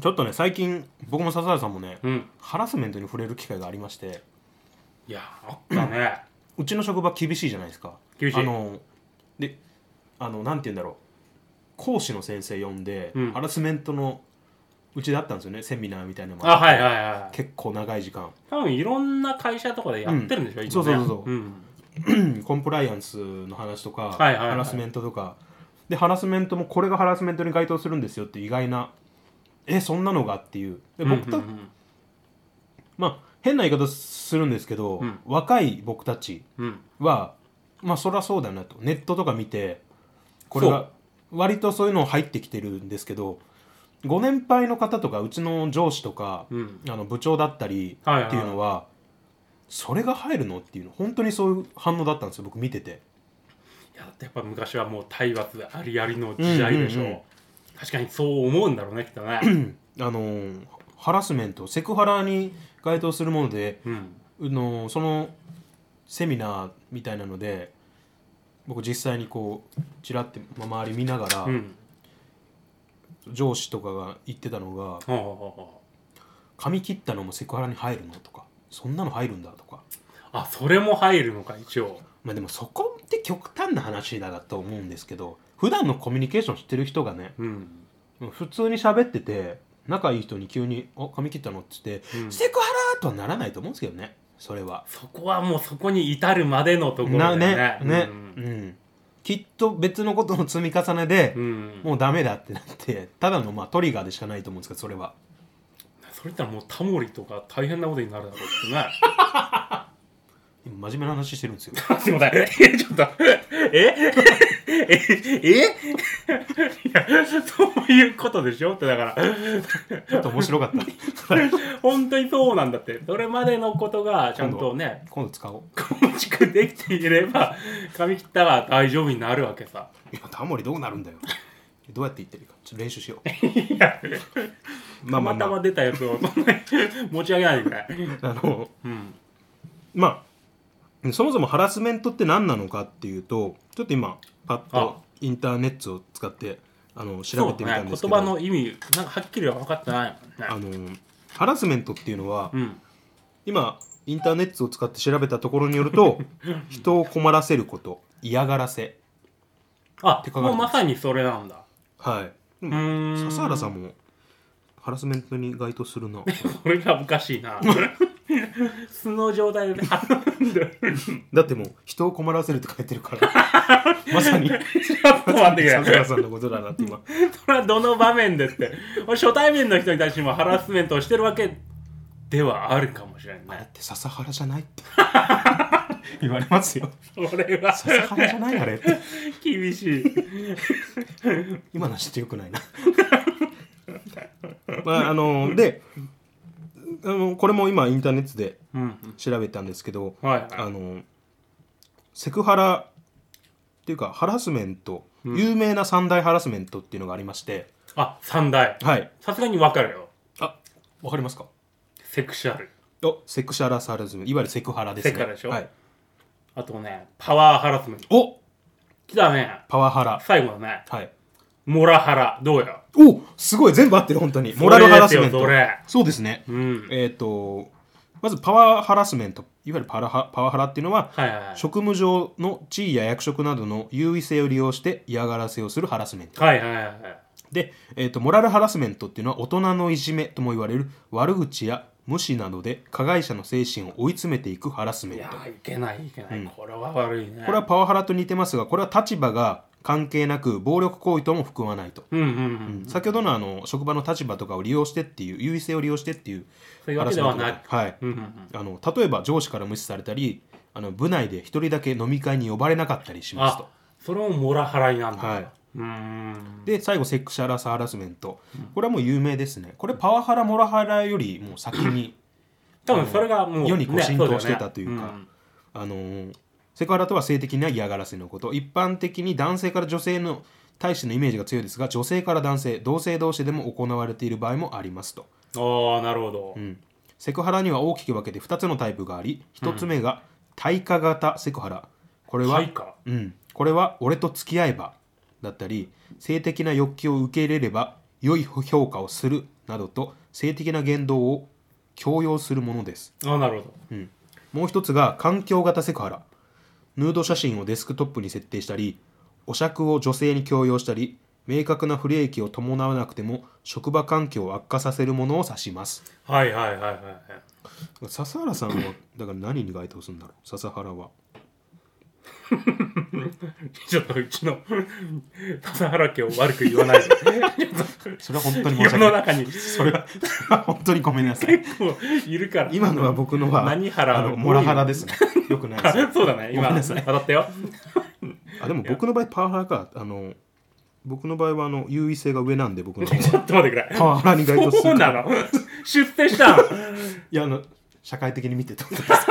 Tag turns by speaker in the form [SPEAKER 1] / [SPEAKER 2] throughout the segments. [SPEAKER 1] ちょっとね最近僕も笹原さんもね、
[SPEAKER 2] うん
[SPEAKER 1] ハラスメントに触れる機会がありまして
[SPEAKER 2] いやあったね
[SPEAKER 1] うちの職場厳しいじゃないですか
[SPEAKER 2] 厳しい
[SPEAKER 1] あのであのなんて言うんだろう講師の先生呼んで、
[SPEAKER 2] うん
[SPEAKER 1] ハラスメントのうちだったんですよねセミナーみたいなのも
[SPEAKER 2] あはいはいはい
[SPEAKER 1] 結構長い時間
[SPEAKER 2] 多分いろんな会社とかでやってるんでしょ、
[SPEAKER 1] うん
[SPEAKER 2] 今ね
[SPEAKER 1] そうそうそうそうんコンプライアンスの話とか、
[SPEAKER 2] はいはいはい
[SPEAKER 1] ハラスメントとかでハラスメントもこれがハラスメントに該当するんですよって意外なえそんなのがっていうで僕と、
[SPEAKER 2] うんうん
[SPEAKER 1] まあ変な言い方するんですけど、
[SPEAKER 2] うん
[SPEAKER 1] 若い僕たち
[SPEAKER 2] うんうん
[SPEAKER 1] はまあそりゃそうだなとネットとか見てこれが割とそういうの入ってきてるんですけどご年配の方とかうちの上司とか、
[SPEAKER 2] うん
[SPEAKER 1] あの部長だったり
[SPEAKER 2] はいはい
[SPEAKER 1] っていうのは,、それが入るのっていうの本当にそういう反応だったんですよ僕見てて
[SPEAKER 2] いやだってやっぱ昔はもう体罰ありありの時代でしょ、
[SPEAKER 1] うんうんうん
[SPEAKER 2] 確かにそう思うんだろうねきっと ね、
[SPEAKER 1] あのーハラスメントセクハラに該当するもので、
[SPEAKER 2] うん、
[SPEAKER 1] あのーそのセミナーみたいなので僕実際にこうちらってまあ周り見ながら、
[SPEAKER 2] うん
[SPEAKER 1] 上司とかが言ってたのが
[SPEAKER 2] ほうほうほうほ
[SPEAKER 1] 髪切ったのもセクハラに入るのとかそんなの入るんだとか
[SPEAKER 2] うあそれも入るのか一応
[SPEAKER 1] まあでもそこって極端な話だなと思うんですけど普段のコミュニケーションしてる人がね
[SPEAKER 2] うん
[SPEAKER 1] 普通に喋ってて仲いい人に急に「あ髪切ったの?」っつって「
[SPEAKER 2] うん
[SPEAKER 1] セクハラ!」とはならないと思うんですけどねそれは。
[SPEAKER 2] そこはもうそこに至るまでのところだ
[SPEAKER 1] な
[SPEAKER 2] よ
[SPEAKER 1] ね
[SPEAKER 2] ね
[SPEAKER 1] ね
[SPEAKER 2] うん
[SPEAKER 1] うんきっと別のことの積み重ねで
[SPEAKER 2] うん
[SPEAKER 1] もうダメだってなってただのまあトリガーでしかないと思うんですけどそれは。
[SPEAKER 2] それ言ったらもうタモリとか大変なことになるだろうってね
[SPEAKER 1] 今真面目な話してるんですよ。
[SPEAKER 2] すいませんえちょっとえ ええいやそういうことでしょってだから
[SPEAKER 1] ちょっと面白かった。
[SPEAKER 2] 本当にそうなんだってそれまでのことがちゃんとね
[SPEAKER 1] 今度使おう。
[SPEAKER 2] 構築できていれば髪切ったら大丈夫になるわけさ
[SPEAKER 1] いやタモリどうなるんだよ。どうやって言ってるかちょっと練習しよう。
[SPEAKER 2] いや
[SPEAKER 1] まあまあ
[SPEAKER 2] たまた
[SPEAKER 1] ま
[SPEAKER 2] ま出たやつをそんなに持ち上げないでくれ
[SPEAKER 1] あ、あの
[SPEAKER 2] うん
[SPEAKER 1] まあそもそもハラスメントって何なのかっていうとちょっと今パッ
[SPEAKER 2] あ
[SPEAKER 1] とインターネットを使ってあの調べ
[SPEAKER 2] そう
[SPEAKER 1] てみた
[SPEAKER 2] ね
[SPEAKER 1] んですけ
[SPEAKER 2] 言
[SPEAKER 1] ど、
[SPEAKER 2] 葉の意味なんかはっきりは分かってないも
[SPEAKER 1] あ
[SPEAKER 2] んね
[SPEAKER 1] のハラスメントっていうのは、
[SPEAKER 2] うん
[SPEAKER 1] 今インターネットを使って調べたところによる と人を困らせること嫌がらせ
[SPEAKER 2] あ
[SPEAKER 1] て書かれてます
[SPEAKER 2] もうまさにそれなんだ
[SPEAKER 1] はいで
[SPEAKER 2] う
[SPEAKER 1] も
[SPEAKER 2] ーん
[SPEAKER 1] 笹原さんもハラスメントに該当するな
[SPEAKER 2] これがおかし いな素の状態でね
[SPEAKER 1] だってもう人を困らせるって書いてるから まさに
[SPEAKER 2] ちょっと待ってく
[SPEAKER 1] 笹
[SPEAKER 2] れ
[SPEAKER 1] 原さんのことだなって今
[SPEAKER 2] それはどの場面でって俺初対面の人に対してもハラスメントをしてるわけではあるかもしれない
[SPEAKER 1] だ
[SPEAKER 2] ね
[SPEAKER 1] って笹原じゃないって言われますよ
[SPEAKER 2] それは
[SPEAKER 1] 笹原じゃないあれって
[SPEAKER 2] 厳しい
[SPEAKER 1] 今の話ってよくないなまああのであのこれも今インターネットで
[SPEAKER 2] うん
[SPEAKER 1] 調べたんですけど
[SPEAKER 2] はい
[SPEAKER 1] あ
[SPEAKER 2] は
[SPEAKER 1] のセクハラっていうかハラスメント、有名な三大ハラスメントっていうのがありまして
[SPEAKER 2] いあ三大
[SPEAKER 1] はい
[SPEAKER 2] さすがに分かるよ
[SPEAKER 1] あわかりますか
[SPEAKER 2] セクシャル
[SPEAKER 1] おセクシャラサラズムいわゆるセクハラですね
[SPEAKER 2] セクハラでしょ
[SPEAKER 1] はい、
[SPEAKER 2] あとねパワーハラスメント
[SPEAKER 1] お
[SPEAKER 2] 来たね
[SPEAKER 1] パワハラ
[SPEAKER 2] 最後だね
[SPEAKER 1] はい
[SPEAKER 2] モラハラどうや
[SPEAKER 1] おすごい全部合ってる本当にモラルハラスメント
[SPEAKER 2] それですよ
[SPEAKER 1] そうですね、
[SPEAKER 2] うん
[SPEAKER 1] えっ、とまずパワーハラスメントいわゆるパラハパワハラっていうのは、
[SPEAKER 2] はいはいはい
[SPEAKER 1] 職務上の地位や役職などの優位性を利用して嫌がらせをするハラスメント
[SPEAKER 2] はいはいはい
[SPEAKER 1] で、えー、とモラルハラスメントっていうのは大人のいじめとも言われる悪口や無視などで加害者の精神を追い詰めていくハラスメン
[SPEAKER 2] いや
[SPEAKER 1] ト
[SPEAKER 2] ーいけないいけない、これは悪いね
[SPEAKER 1] これはパワハラと似てますがこれは立場が関係なく暴力行為とも含まないと
[SPEAKER 2] うんうんうん
[SPEAKER 1] 先ほどのあの職場の立場とかを利用してっていう優位性を利用してっていう
[SPEAKER 2] そういうわけではない
[SPEAKER 1] ハラスメントはい
[SPEAKER 2] うんうんうん
[SPEAKER 1] あの例えば上司から無視されたりあの部内で一人だけ飲み会に呼ばれなかったりします
[SPEAKER 2] あ
[SPEAKER 1] と
[SPEAKER 2] それもモラハラになるんだ、
[SPEAKER 1] はいう
[SPEAKER 2] ーん
[SPEAKER 1] で最後セクシャラスハラスメントこれはもう有名ですねこれパワハラモラハラよりもう先に
[SPEAKER 2] 多分それがもう、
[SPEAKER 1] 世にこう浸透してたと
[SPEAKER 2] そう
[SPEAKER 1] い
[SPEAKER 2] だよ
[SPEAKER 1] う
[SPEAKER 2] ね
[SPEAKER 1] かあのーセクハラとは性的な嫌がらせのこと一般的に男性から女性の対してのイメージが強いですが女性から男性同性同士でも行われている場合もありますと
[SPEAKER 2] うんああなるほど、
[SPEAKER 1] うんセクハラには大きく分けて2つのタイプがあり1つ目が対価型セクハラこれは、
[SPEAKER 2] 対価
[SPEAKER 1] うん、これは俺と付き合えばだったり性的な欲求を受け入れれば良い評価をするなどと性的な言動を強要するものです、
[SPEAKER 2] あなるほ
[SPEAKER 1] うん、もう一つが環境型セクハラヌード写真をデスクトップに設定したりお酌を女性に強要したり明確な不利益を伴わなくても職場環境を悪化させるものを指します
[SPEAKER 2] どはいはいはいはいはい
[SPEAKER 1] 笹原さんはだから何に該当するんだろう笹原は
[SPEAKER 2] ちょっとうちの笹原家を悪く言わないで
[SPEAKER 1] それは本当に申し
[SPEAKER 2] 世
[SPEAKER 1] 訳
[SPEAKER 2] の
[SPEAKER 1] ない
[SPEAKER 2] 中に
[SPEAKER 1] それは 本当にごめんなさい
[SPEAKER 2] 結構いるから
[SPEAKER 1] 今のは僕のは
[SPEAKER 2] 何原
[SPEAKER 1] あのモラハラですねよくないですね
[SPEAKER 2] あ そうだね今
[SPEAKER 1] ごめんな
[SPEAKER 2] 当
[SPEAKER 1] さい
[SPEAKER 2] たったよ
[SPEAKER 1] あでも僕の場合パワハラかあの僕の場合はあの優位性が上なんで僕の方
[SPEAKER 2] ちょ
[SPEAKER 1] は
[SPEAKER 2] っと待ってくれ
[SPEAKER 1] パワハラに該当す
[SPEAKER 2] そう
[SPEAKER 1] るか
[SPEAKER 2] な
[SPEAKER 1] ら
[SPEAKER 2] の出世した
[SPEAKER 1] い
[SPEAKER 2] の
[SPEAKER 1] やあの社会的に見てってことです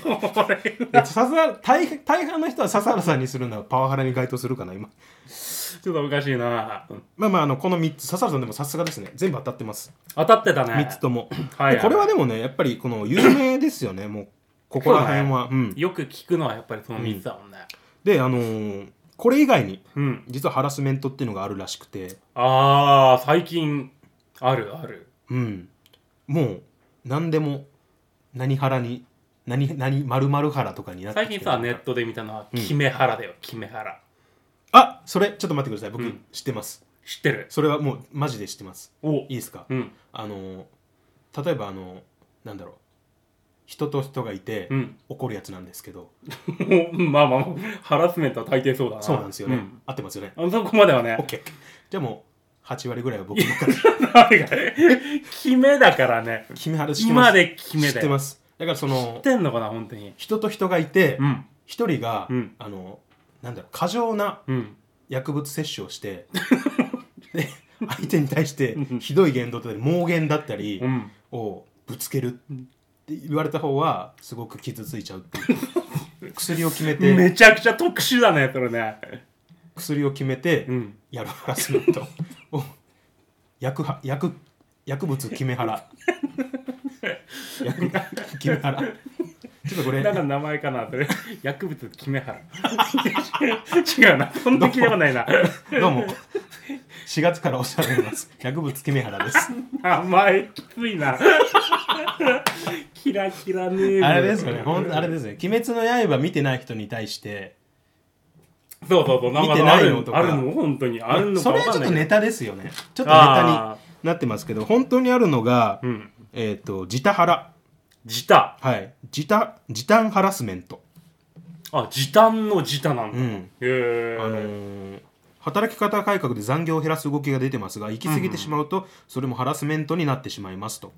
[SPEAKER 2] それ
[SPEAKER 1] いや笹原大大半の人は笹原さんにするのはパワハラに該当するかな今
[SPEAKER 2] ちょっとおかしいな
[SPEAKER 1] まあまああのこの3つ笹原さんでもさすがですね全部当たってます
[SPEAKER 2] 当たってたね
[SPEAKER 1] 3つとも、
[SPEAKER 2] はい
[SPEAKER 1] でこれはでもねやっぱりこの有名ですよねもうここら辺はう,、ん
[SPEAKER 2] よく聞くのはやっぱりその3つだもんね
[SPEAKER 1] であのーこれ以外に
[SPEAKER 2] うん、
[SPEAKER 1] 実はハラスメントっていうのがあるらしくて
[SPEAKER 2] ああ最近あるある
[SPEAKER 1] うんもう何でも何ハラに何何〇〇ハラとかになって
[SPEAKER 2] 最
[SPEAKER 1] きて
[SPEAKER 2] 近さネットで見たのはキメハラだよ、キメハラ
[SPEAKER 1] あそれちょっと待ってください僕、
[SPEAKER 2] うん
[SPEAKER 1] 知ってます
[SPEAKER 2] 知ってる
[SPEAKER 1] それはもうマジで知ってます
[SPEAKER 2] お
[SPEAKER 1] いいですか、
[SPEAKER 2] うん
[SPEAKER 1] あのー例えばあのーなんだろう人と人がいて、
[SPEAKER 2] うん
[SPEAKER 1] 怒るやつなんですけど
[SPEAKER 2] もうまあまあハラスメントは大抵そうだな
[SPEAKER 1] そうなんですよね、
[SPEAKER 2] うん
[SPEAKER 1] 合ってますよね
[SPEAKER 2] あそこまではね
[SPEAKER 1] OK じゃあもう8割ぐらいは僕の中で
[SPEAKER 2] 誰がキメだからね
[SPEAKER 1] 決めハラ知ってます
[SPEAKER 2] 今でキメ
[SPEAKER 1] 知
[SPEAKER 2] だ
[SPEAKER 1] って
[SPEAKER 2] よ
[SPEAKER 1] ますだからそ
[SPEAKER 2] 知
[SPEAKER 1] の
[SPEAKER 2] ってんのかな本当に
[SPEAKER 1] 人と人がいて
[SPEAKER 2] うん
[SPEAKER 1] 一、人が、
[SPEAKER 2] うん
[SPEAKER 1] あのなんだろう過剰な
[SPEAKER 2] うん
[SPEAKER 1] 薬物摂取をして で相手に対してひどい言動だったり妄言だったり
[SPEAKER 2] うん
[SPEAKER 1] をぶつけるって言われた方はすごく傷ついちゃうって いう薬を決めて
[SPEAKER 2] めちゃくちゃ特殊だねそれね
[SPEAKER 1] 薬を決めて
[SPEAKER 2] うん
[SPEAKER 1] やるハラスメントを薬は薬薬物決め腹薬決め腹ちょっとこれ
[SPEAKER 2] だから名前かなそれ薬物キメハ ラ違うなそんな気ではないな
[SPEAKER 1] どうも。4月からお世話になります。薬物キメハラ です。
[SPEAKER 2] 名前きついなキラキラネーム
[SPEAKER 1] あれですよね。ほんあれですね。鬼滅の刃見てない人に対して、
[SPEAKER 2] そうそうそう
[SPEAKER 1] 見
[SPEAKER 2] んか
[SPEAKER 1] てないの
[SPEAKER 2] ある
[SPEAKER 1] とか
[SPEAKER 2] あるの本当にあるのか
[SPEAKER 1] それ
[SPEAKER 2] わ
[SPEAKER 1] はちょ
[SPEAKER 2] か
[SPEAKER 1] っ
[SPEAKER 2] んな
[SPEAKER 1] と
[SPEAKER 2] い
[SPEAKER 1] ネ
[SPEAKER 2] けど
[SPEAKER 1] タですよね。ちょっとネタ
[SPEAKER 2] あ
[SPEAKER 1] になってますけど、本当にあるのが、
[SPEAKER 2] うん
[SPEAKER 1] えっ、と、自他ハラ。
[SPEAKER 2] 時短
[SPEAKER 1] はい。自他、時短ハラスメント。
[SPEAKER 2] あ時短の時短なんだ、
[SPEAKER 1] う
[SPEAKER 2] へ
[SPEAKER 1] ん。
[SPEAKER 2] え
[SPEAKER 1] あのー働き方改革で残業を減らす動きが出てますが行き過ぎてしまうとそれもハラスメントになってしまいますと、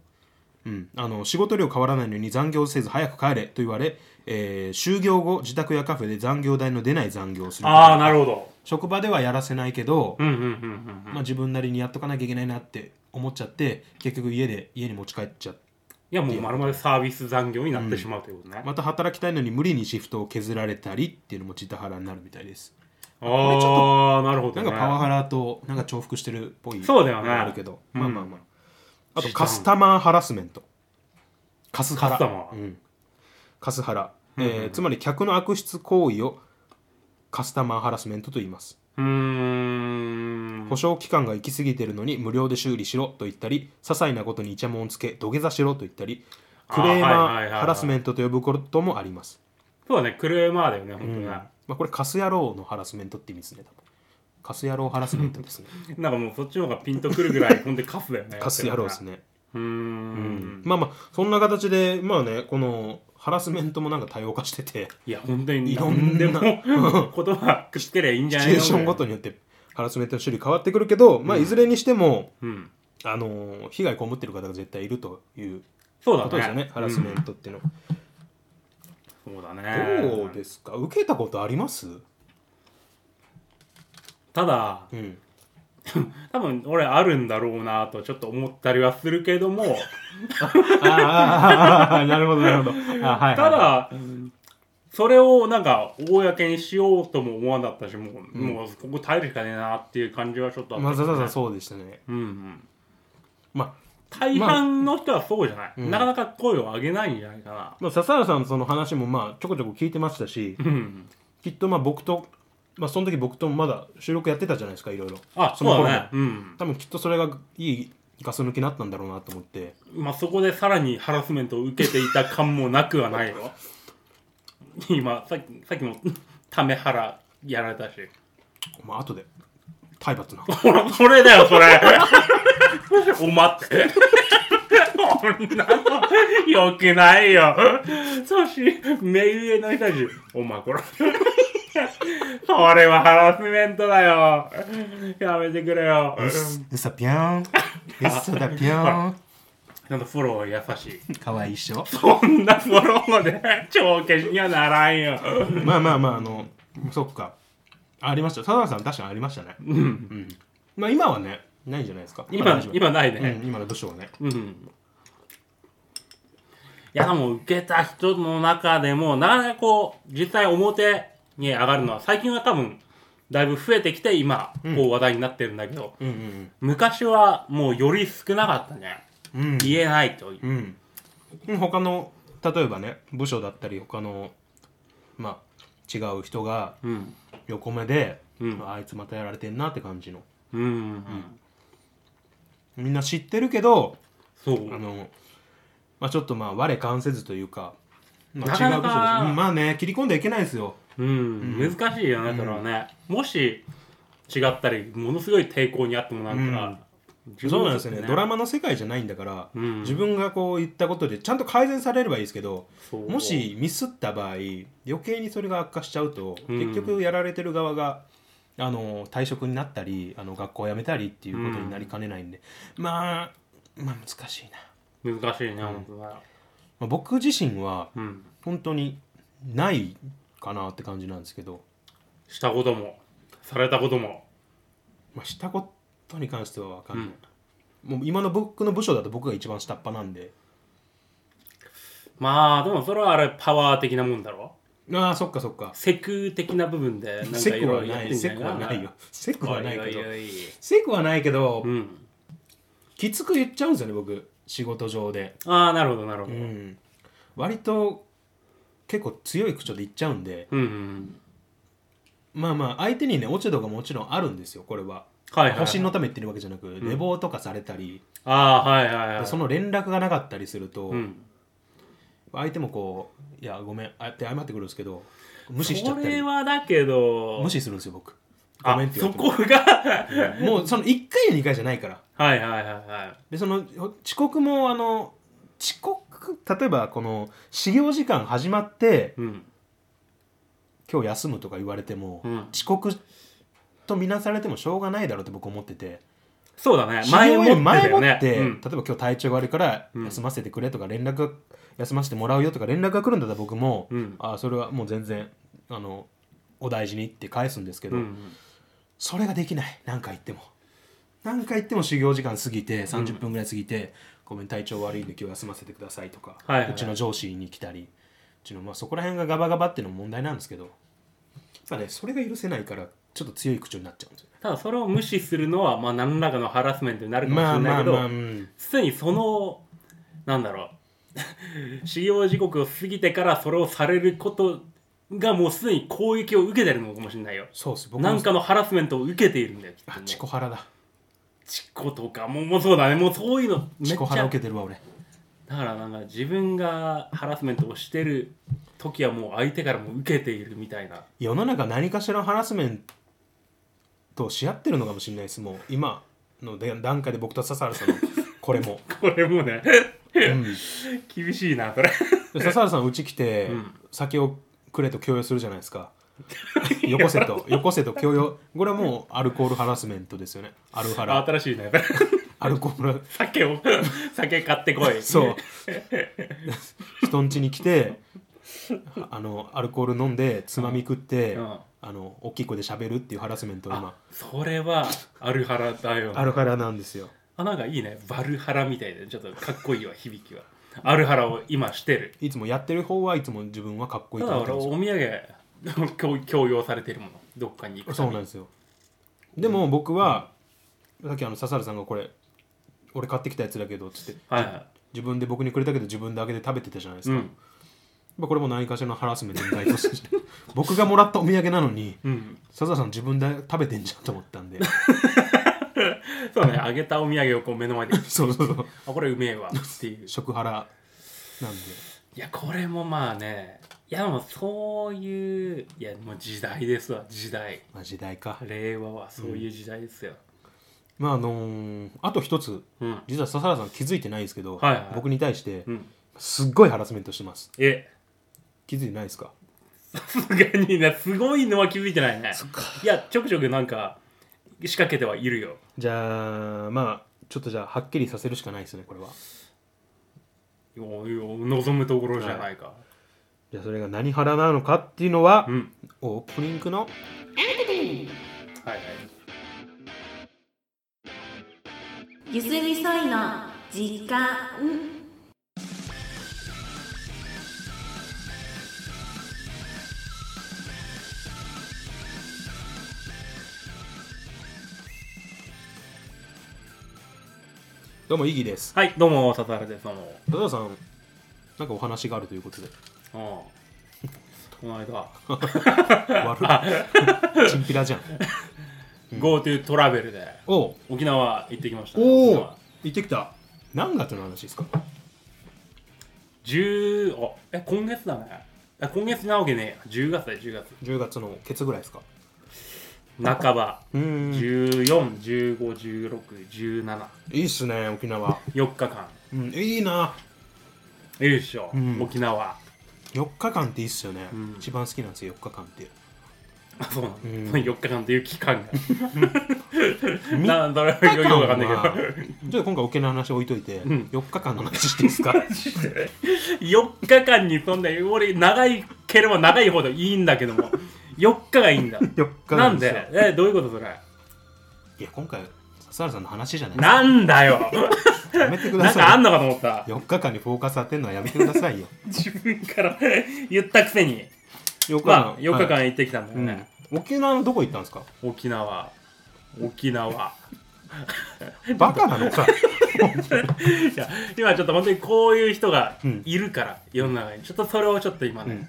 [SPEAKER 1] うん、あの仕事量変わらないのに残業せず早く帰れと言われ、えー就業後自宅やカフェで残業代の出ない残業をする
[SPEAKER 2] ああなるほど
[SPEAKER 1] 職場ではやらせないけど、
[SPEAKER 2] うんうんうんうんうん
[SPEAKER 1] まあ、自分なりにやっとかなきゃいけないなって思っちゃって結局家で家に持ち帰っちゃって
[SPEAKER 2] いやもうまるまるサービス残業になってしまうということね、
[SPEAKER 1] また働きたいのに無理にシフトを削られたりっていうのも自他ハラになるみたいですれち
[SPEAKER 2] ああなるほ
[SPEAKER 1] な
[SPEAKER 2] ど、
[SPEAKER 1] ん
[SPEAKER 2] ね、
[SPEAKER 1] かパワハラとなんか重複してるっぽい
[SPEAKER 2] そうだよね
[SPEAKER 1] あるけど、
[SPEAKER 2] うん
[SPEAKER 1] まあまあまああとカスタマーハラスメントカスハラ
[SPEAKER 2] カスタマー
[SPEAKER 1] うん、カスハラ、えーつまり客の悪質行為をカスタマーハラスメントと言います
[SPEAKER 2] うーん
[SPEAKER 1] 保証期間が行き過ぎてるのに無料で修理しろと言ったり些細なことにイチャモンつけ土下座しろと言ったりクレー
[SPEAKER 2] あーはい
[SPEAKER 1] マ
[SPEAKER 2] はいはいは
[SPEAKER 1] ー
[SPEAKER 2] い
[SPEAKER 1] ハラスメントと呼ぶこともあります
[SPEAKER 2] そうだねクレーマーだよね本当
[SPEAKER 1] うん
[SPEAKER 2] にね、
[SPEAKER 1] まあ、これカス野郎のハラスメントって意味ですね多分カス野郎ハラスメント ですね
[SPEAKER 2] なんかもうそっちの方がピンとくるぐらいほんでカスだよね
[SPEAKER 1] カス野郎です
[SPEAKER 2] ね
[SPEAKER 1] ね
[SPEAKER 2] うーん
[SPEAKER 1] まあまあそんな形でまあねこのハラスメントもなんか多様化してて
[SPEAKER 2] いや本当に
[SPEAKER 1] いろんな
[SPEAKER 2] でも言葉くしてりゃいいんじゃ
[SPEAKER 1] シ
[SPEAKER 2] な
[SPEAKER 1] チ
[SPEAKER 2] い
[SPEAKER 1] ュエー
[SPEAKER 2] の
[SPEAKER 1] ションごとによってハラスメントの種類変わってくるけど、まあいずれにしても、
[SPEAKER 2] うん
[SPEAKER 1] あのー被害被ってる方が絶対いるという
[SPEAKER 2] そうだ
[SPEAKER 1] こ
[SPEAKER 2] ね
[SPEAKER 1] とですよねハラスメントっていうの、
[SPEAKER 2] うんそうだね
[SPEAKER 1] どうですか受けたことあります
[SPEAKER 2] ただ
[SPEAKER 1] うん
[SPEAKER 2] 多分俺あるんだろうなとちょっと思ったりはするけども
[SPEAKER 1] ああなるほどなるほどあはい、はい、
[SPEAKER 2] ただそれをなんか公にしようとも思わなかったしもう,、
[SPEAKER 1] ん
[SPEAKER 2] もうここ耐えるしかねえなっていう感じはちょっとあった
[SPEAKER 1] 松
[SPEAKER 2] け
[SPEAKER 1] 田
[SPEAKER 2] ど
[SPEAKER 1] さ
[SPEAKER 2] ね
[SPEAKER 1] んそうでしたね
[SPEAKER 2] うんうん
[SPEAKER 1] まあ
[SPEAKER 2] 大半の人はそうじゃない、
[SPEAKER 1] うん
[SPEAKER 2] なかなか声を上げないんじゃないかな
[SPEAKER 1] まあ、笹原さんのその話もまあちょこちょこ聞いてましたし
[SPEAKER 2] うん
[SPEAKER 1] きっとまあ僕と、まあ、その時僕ともまだ収録やってたじゃないですかいろいろ
[SPEAKER 2] あ
[SPEAKER 1] その
[SPEAKER 2] そう
[SPEAKER 1] 頃
[SPEAKER 2] だねうん
[SPEAKER 1] 多分きっとそれがいいガス抜きになったんだろうなと思って
[SPEAKER 2] まあそこでさらにハラスメントを受けていた感もなくはないよ今さっきさっきもためハラやられたし
[SPEAKER 1] お前後で体罰 な
[SPEAKER 2] ほらそれだよそれお待ってそんなのよくないよそし目上の人たちお前これそれはハラスメントだよやめてくれよ
[SPEAKER 1] うさぴょんうさだぴょん
[SPEAKER 2] なんかフォロー優しい
[SPEAKER 1] かわいいっしょ
[SPEAKER 2] そんなフォローで帳消しにはならんよ
[SPEAKER 1] まあまあまああのそっかありました佐々木さん確かにありましたねうん、まあ今はねないんじゃないですか
[SPEAKER 2] 今
[SPEAKER 1] 大丈夫
[SPEAKER 2] 今ないね、
[SPEAKER 1] うん、今の部署はね
[SPEAKER 2] うん。いや、でも、受けた人の中でも、なかなかこう、実際表に上がるのは、最近は多分、だいぶ増えてきて、今、こう話題になってるんだけど、
[SPEAKER 1] うんうん
[SPEAKER 2] 昔はもうより少なかったね。
[SPEAKER 1] うんうん
[SPEAKER 2] 言えないと。
[SPEAKER 1] うんうん、他の例えばね部署だったり他のまあ違う人が
[SPEAKER 2] うん。
[SPEAKER 1] 横目で、
[SPEAKER 2] うん
[SPEAKER 1] あいつまたやられてんなって感じの
[SPEAKER 2] うん。うん、
[SPEAKER 1] みんな知ってるけど
[SPEAKER 2] そう。
[SPEAKER 1] あの、まあ、ちょっとまあ我関せずというか、まあ、
[SPEAKER 2] なか
[SPEAKER 1] 違
[SPEAKER 2] なか
[SPEAKER 1] う部署だしうんまあね切り込んではいけないですよ
[SPEAKER 2] うん、難しいよね、それはね。もし、違ったり、ものすごい抵抗にあってもなんか、自
[SPEAKER 1] そう
[SPEAKER 2] 分
[SPEAKER 1] なん
[SPEAKER 2] の
[SPEAKER 1] ですよねドラマの世界じゃないんだから、
[SPEAKER 2] うん
[SPEAKER 1] 自分がこう言ったことでちゃんと改善されればいいですけど
[SPEAKER 2] そう
[SPEAKER 1] もしミスった場合余計にそれが悪化しちゃうと、
[SPEAKER 2] うん
[SPEAKER 1] 結局やられてる側があの退職になったりあの学校を辞めたりっていうことになりかねないんで、まあまあ難しいな、
[SPEAKER 2] 難しいね、本当だよ。
[SPEAKER 1] まあ、僕自身は
[SPEAKER 2] うん。
[SPEAKER 1] 本当にないかなって感じなんですけど、
[SPEAKER 2] したこともされたことも
[SPEAKER 1] まあ、したことに関しては分かんない、
[SPEAKER 2] うん
[SPEAKER 1] もう今の僕の部署だと僕が一番下っ端なんで
[SPEAKER 2] まあでもそれはあれパワー的なもんだろ
[SPEAKER 1] ああそっかそっか
[SPEAKER 2] セク的な部分でなんか
[SPEAKER 1] セ
[SPEAKER 2] い
[SPEAKER 1] ク
[SPEAKER 2] ろ
[SPEAKER 1] はい
[SPEAKER 2] ろや
[SPEAKER 1] な
[SPEAKER 2] って
[SPEAKER 1] い
[SPEAKER 2] んじ
[SPEAKER 1] セ
[SPEAKER 2] ゃ
[SPEAKER 1] クはないよセクはないけど
[SPEAKER 2] おいおいおい
[SPEAKER 1] セクはないけど、
[SPEAKER 2] うん
[SPEAKER 1] きつく言っちゃうんですよね僕仕事上で
[SPEAKER 2] ああなるほどなるほ
[SPEAKER 1] う
[SPEAKER 2] ど、うん、
[SPEAKER 1] ん割と結構強い口調で言っちゃうんで
[SPEAKER 2] うんうん
[SPEAKER 1] まあまあ相手にね落ち度がもちろんあるんですよこれは
[SPEAKER 2] はいはい
[SPEAKER 1] 保身のため言ってるわけじゃなく、寝坊とかされたり、
[SPEAKER 2] ああはいはいはい
[SPEAKER 1] その連絡がなかったりすると、
[SPEAKER 2] うん
[SPEAKER 1] 相手もこう「いやごめん」あって謝ってくるんですけど無視しちゃ
[SPEAKER 2] そ
[SPEAKER 1] ったり
[SPEAKER 2] れはだけど
[SPEAKER 1] 無視するんですよ僕ごめ
[SPEAKER 2] あ
[SPEAKER 1] んって言
[SPEAKER 2] そ
[SPEAKER 1] われても
[SPEAKER 2] こが
[SPEAKER 1] もうその1回や2回じゃないから
[SPEAKER 2] はいはいはいは
[SPEAKER 1] でその遅刻もあの遅刻例えばこの始業時間始まって
[SPEAKER 2] いうん
[SPEAKER 1] 今日休むとか言われても、
[SPEAKER 2] うん
[SPEAKER 1] 遅刻とみなされてもしょうがないだろうって僕思ってて
[SPEAKER 2] そうだね
[SPEAKER 1] 始業より
[SPEAKER 2] 前
[SPEAKER 1] 前
[SPEAKER 2] も
[SPEAKER 1] もっ
[SPEAKER 2] ってだよね
[SPEAKER 1] て、
[SPEAKER 2] う
[SPEAKER 1] 例え
[SPEAKER 2] ん
[SPEAKER 1] ば今日体調が悪いから
[SPEAKER 2] うん
[SPEAKER 1] 休ませてくれとか連絡が休ませてもらうよとか連絡が来るんだったら僕も、
[SPEAKER 2] うん
[SPEAKER 1] あそれはもう全然あのお大事にって返すんですけど、
[SPEAKER 2] うんうん
[SPEAKER 1] それができない何回言っても何回言っても修行時間過ぎて30分ぐらい過ぎて、ごめん体調悪いんで今日休ませてくださいとか、
[SPEAKER 2] はいはいはいう
[SPEAKER 1] ちの上司に来たりうちのまあそこら辺がガバガバっていうのも問題なんですけどやっぱねそれが許せないからちょっと強い口調になっちゃうんですよね
[SPEAKER 2] ただそれを無視するのはまあ何らかのハラスメントになるかもし
[SPEAKER 1] まあ
[SPEAKER 2] れな
[SPEAKER 1] ま
[SPEAKER 2] いけ
[SPEAKER 1] あ
[SPEAKER 2] ど、
[SPEAKER 1] まあ、うん
[SPEAKER 2] すでにそのなんだろう 使用時刻を過ぎてからそれをされることがもうすでに攻撃を受けてるのかもしれないよ
[SPEAKER 1] そうっす僕も
[SPEAKER 2] なんかのハラスメントを受けているんだよきっと
[SPEAKER 1] あ
[SPEAKER 2] もう
[SPEAKER 1] チコハラだ
[SPEAKER 2] チコとかもうもうそうだねもうそういうのめ
[SPEAKER 1] チ
[SPEAKER 2] っち
[SPEAKER 1] コハラ
[SPEAKER 2] ゃ
[SPEAKER 1] 受けてるわ俺
[SPEAKER 2] だからなんか自分がハラスメントをしてる時はもう相手からも受けているみたいな
[SPEAKER 1] 世の中何かしらのハラスメントをし合ってるのかもしれないですもう今の段階で僕と笹原さんのこれ も、
[SPEAKER 2] これもうね
[SPEAKER 1] うん
[SPEAKER 2] 厳しいなそれ
[SPEAKER 1] で笹原さんうち来て、
[SPEAKER 2] うん
[SPEAKER 1] 酒をくれと強要するじゃないです かよこせとよこせと強要これはもうアルコールハラスメントですよねアルハラ
[SPEAKER 2] 新しいねそれ
[SPEAKER 1] アルコール
[SPEAKER 2] 酒を酒買ってこい
[SPEAKER 1] そう人ん家に来てあのアルコール飲んでつまみ食って、
[SPEAKER 2] うん
[SPEAKER 1] あの大きい声で喋るっていうハラスメントを今
[SPEAKER 2] それはアルハラだよ
[SPEAKER 1] アルハラなんですよ
[SPEAKER 2] あなんかいいねバルハラみたいでちょっとかっこいいわ響きはアルハラを今してる
[SPEAKER 1] いつもやってる方はいつも自分はかっこいい
[SPEAKER 2] た
[SPEAKER 1] と
[SPEAKER 2] だ
[SPEAKER 1] 思って
[SPEAKER 2] 俺
[SPEAKER 1] るん
[SPEAKER 2] お
[SPEAKER 1] です
[SPEAKER 2] 土
[SPEAKER 1] よ
[SPEAKER 2] 産 強強要されてるものどっかに行くた
[SPEAKER 1] そう
[SPEAKER 2] め
[SPEAKER 1] なん
[SPEAKER 2] に
[SPEAKER 1] ですよでも僕は、さっきあの笹原さんがこれ俺買ってきたやつだけどっつって
[SPEAKER 2] はいは
[SPEAKER 1] 自分で僕にくれたけど自分であげて食べてたじゃないで
[SPEAKER 2] い
[SPEAKER 1] す
[SPEAKER 2] う
[SPEAKER 1] か、
[SPEAKER 2] ん
[SPEAKER 1] まあこれも何かしらのハラスメントに該当するし 僕がもらったお土産なのに
[SPEAKER 2] うん
[SPEAKER 1] 笹田さん自分で食べてんじゃんと思ったんで
[SPEAKER 2] そうね、あげたお土産をこう目の前で、
[SPEAKER 1] そうそうそう
[SPEAKER 2] あ、これうめえわっていう。
[SPEAKER 1] 食ハラなんで
[SPEAKER 2] いや、これもまあね、いや、もうそういう、いや、もう時代ですわ、時代。
[SPEAKER 1] まあ時代か
[SPEAKER 2] 令和はそういう時代ですよ。
[SPEAKER 1] まああのーあと一つ
[SPEAKER 2] うん。
[SPEAKER 1] 実は笹原さん気づいてないんですけど、
[SPEAKER 2] はいはい
[SPEAKER 1] 僕に対して
[SPEAKER 2] うん。
[SPEAKER 1] すっごいハラスメントしてます
[SPEAKER 2] え、
[SPEAKER 1] 気づいてないですか
[SPEAKER 2] さすがにね、すごいのは気づいてないね。いや、ちょくちょくなんか、仕掛けてはいるよ。
[SPEAKER 1] じゃあまあちょっとじゃあはっきりさせるしかないですねこれは
[SPEAKER 2] おいお望むところじゃないか。
[SPEAKER 1] じゃあそれが何ハラなのかっていうのは、
[SPEAKER 2] うん。
[SPEAKER 1] オープニングの
[SPEAKER 2] はいはい。
[SPEAKER 3] ゆすみそいの時間
[SPEAKER 1] どうもイギです
[SPEAKER 2] はい、どうも、笹原です。どうも。
[SPEAKER 1] 田田さんなんかお話があるということで
[SPEAKER 2] うん。この間、
[SPEAKER 1] 悪いチンピラじ ゃん
[SPEAKER 2] GoTo トラベルで
[SPEAKER 1] おう
[SPEAKER 2] 沖縄行ってきました、
[SPEAKER 1] お
[SPEAKER 2] 僕
[SPEAKER 1] お
[SPEAKER 2] は
[SPEAKER 1] 行ってきた何月の話ですか
[SPEAKER 2] 10あえ今月だねあ今月なわけねえや10月だよ10月
[SPEAKER 1] 10月のケツぐらいですか
[SPEAKER 2] 半ば
[SPEAKER 1] うーんい
[SPEAKER 2] 14151617
[SPEAKER 1] いっすね沖縄、
[SPEAKER 2] 4日間
[SPEAKER 1] うん、いいない
[SPEAKER 2] いでしょ、
[SPEAKER 1] うん
[SPEAKER 2] 沖縄
[SPEAKER 1] 4日間っていいっすよね、
[SPEAKER 2] うん
[SPEAKER 1] 一番好きなんですよ4日間って
[SPEAKER 2] あそうなんだ、
[SPEAKER 1] うん
[SPEAKER 2] その4日間という期間が
[SPEAKER 1] 3日
[SPEAKER 2] なだろうよくわかんないけど
[SPEAKER 1] ちょっと今回沖縄の話置いといて、
[SPEAKER 2] ん
[SPEAKER 1] 4日間の話していい ですか
[SPEAKER 2] 4日間にそんな俺長いければ長いほどいいんだけども4日がいいんだ
[SPEAKER 1] 4日
[SPEAKER 2] な
[SPEAKER 1] 間
[SPEAKER 2] ん
[SPEAKER 1] すよ
[SPEAKER 2] でえどういうことそれ
[SPEAKER 1] いや今回笹原さんの話じゃないです
[SPEAKER 2] なん だよ
[SPEAKER 1] かやめてく
[SPEAKER 2] な
[SPEAKER 1] だ
[SPEAKER 2] んかあ
[SPEAKER 1] さい
[SPEAKER 2] んのかと思った
[SPEAKER 1] 4日間にフォーカス当てるのはやめてくださいよ
[SPEAKER 2] 自分から 言ったくせに
[SPEAKER 1] 4
[SPEAKER 2] まあ4日
[SPEAKER 1] はい
[SPEAKER 2] 間行ってきたんだよね、
[SPEAKER 1] うん、沖縄のどこ行ったん ですか
[SPEAKER 2] 沖縄沖縄
[SPEAKER 1] バカなのか
[SPEAKER 2] いや今ちょっと本当にこういう人が
[SPEAKER 1] うん
[SPEAKER 2] いるから、世の中にちょっとそれをちょっと今ね、
[SPEAKER 1] うん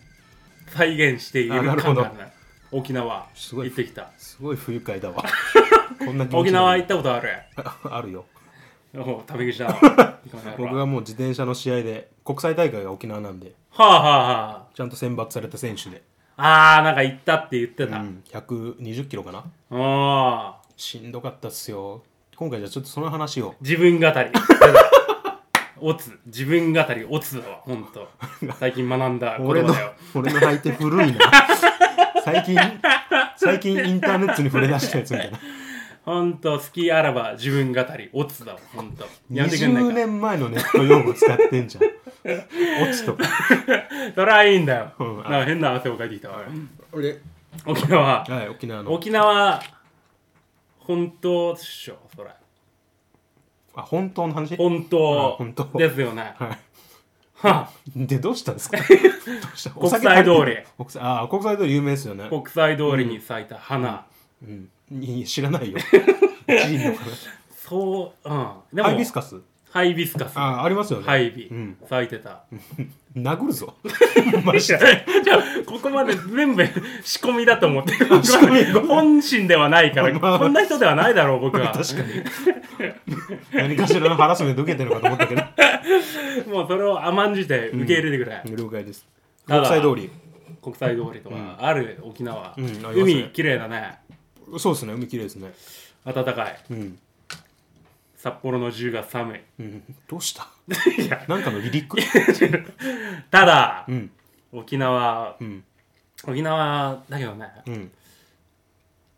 [SPEAKER 2] 再現している
[SPEAKER 1] あなるほ
[SPEAKER 2] 感
[SPEAKER 1] ど
[SPEAKER 2] があるね沖縄
[SPEAKER 1] すごい
[SPEAKER 2] 行ってきた
[SPEAKER 1] すごい不愉快だわ こんな気持ち
[SPEAKER 2] 沖縄行
[SPEAKER 1] い
[SPEAKER 2] ったことある
[SPEAKER 1] あるよ
[SPEAKER 2] おう食べ口だ な
[SPEAKER 1] 僕
[SPEAKER 2] は
[SPEAKER 1] はもう自転車の試合で国際大会が沖縄なんで
[SPEAKER 2] あはあは
[SPEAKER 1] ちゃんと選抜された選手で、
[SPEAKER 2] ああーなんか行ったって言って
[SPEAKER 1] う
[SPEAKER 2] た、あ
[SPEAKER 1] ん、120キロかな
[SPEAKER 2] あ
[SPEAKER 1] しんどかったっすよ今回じゃあちょっとその話を
[SPEAKER 2] 自分語り オツ自分語りオツだわほんと最近学んだ言葉
[SPEAKER 1] 俺の
[SPEAKER 2] だよ
[SPEAKER 1] 俺の相手古いな最近最近インターネットに触れ出したやつみたいな
[SPEAKER 2] ほんと、好きあらば自分語り、オツだわ、ほんと。やめてくんない
[SPEAKER 1] 20
[SPEAKER 2] か。
[SPEAKER 1] 年前のネット用語使ってんじゃん落ちと か
[SPEAKER 2] そりゃいいんだよ。
[SPEAKER 1] うん
[SPEAKER 2] なんか変な汗をかいてきたわ。
[SPEAKER 1] 俺
[SPEAKER 2] 沖縄。
[SPEAKER 1] はい沖縄の
[SPEAKER 2] 沖縄、本当っしょ、それ。
[SPEAKER 1] あ本当の話
[SPEAKER 2] 本
[SPEAKER 1] あ
[SPEAKER 2] 当
[SPEAKER 1] 本当
[SPEAKER 2] ですよね。
[SPEAKER 1] は
[SPEAKER 2] はい
[SPEAKER 1] でどうしたん ですかどうしたお酒足りて
[SPEAKER 2] 国際通り
[SPEAKER 1] 国際あ国際通り有名ですよね、
[SPEAKER 2] 国際通りに咲いた花。
[SPEAKER 1] うん、いい知ら ないよいいのか
[SPEAKER 2] そう、うん。で
[SPEAKER 1] なハイビスカス
[SPEAKER 2] ハイビスカス。
[SPEAKER 1] あありますよね
[SPEAKER 2] ハイビ、
[SPEAKER 1] うん
[SPEAKER 2] 咲いてた。
[SPEAKER 1] 殴るぞマジ
[SPEAKER 2] じゃ
[SPEAKER 1] で
[SPEAKER 2] あここまで全部仕込みだと思ってる
[SPEAKER 1] 仕込み
[SPEAKER 2] 本心ではないから、
[SPEAKER 1] まあ
[SPEAKER 2] こんな人ではないだろう僕は
[SPEAKER 1] 確かに何かしらのハラスメント受けてるのかと思ったけど
[SPEAKER 2] もうそれを甘んじて受け入れてくれ、
[SPEAKER 1] 了解です
[SPEAKER 2] た
[SPEAKER 1] 国
[SPEAKER 2] だ
[SPEAKER 1] 際通り
[SPEAKER 2] 国際通りとか、ある沖縄、
[SPEAKER 1] うんありますね
[SPEAKER 2] 海綺麗だね
[SPEAKER 1] そうですね海綺麗ですね
[SPEAKER 2] 暖かい
[SPEAKER 1] うん、
[SPEAKER 2] 札幌の10が寒い
[SPEAKER 1] う ん、どうした
[SPEAKER 2] いや
[SPEAKER 1] なんかの離陸
[SPEAKER 2] ただ、
[SPEAKER 1] うん
[SPEAKER 2] 沖縄
[SPEAKER 1] うん
[SPEAKER 2] 沖縄だけどね
[SPEAKER 1] うん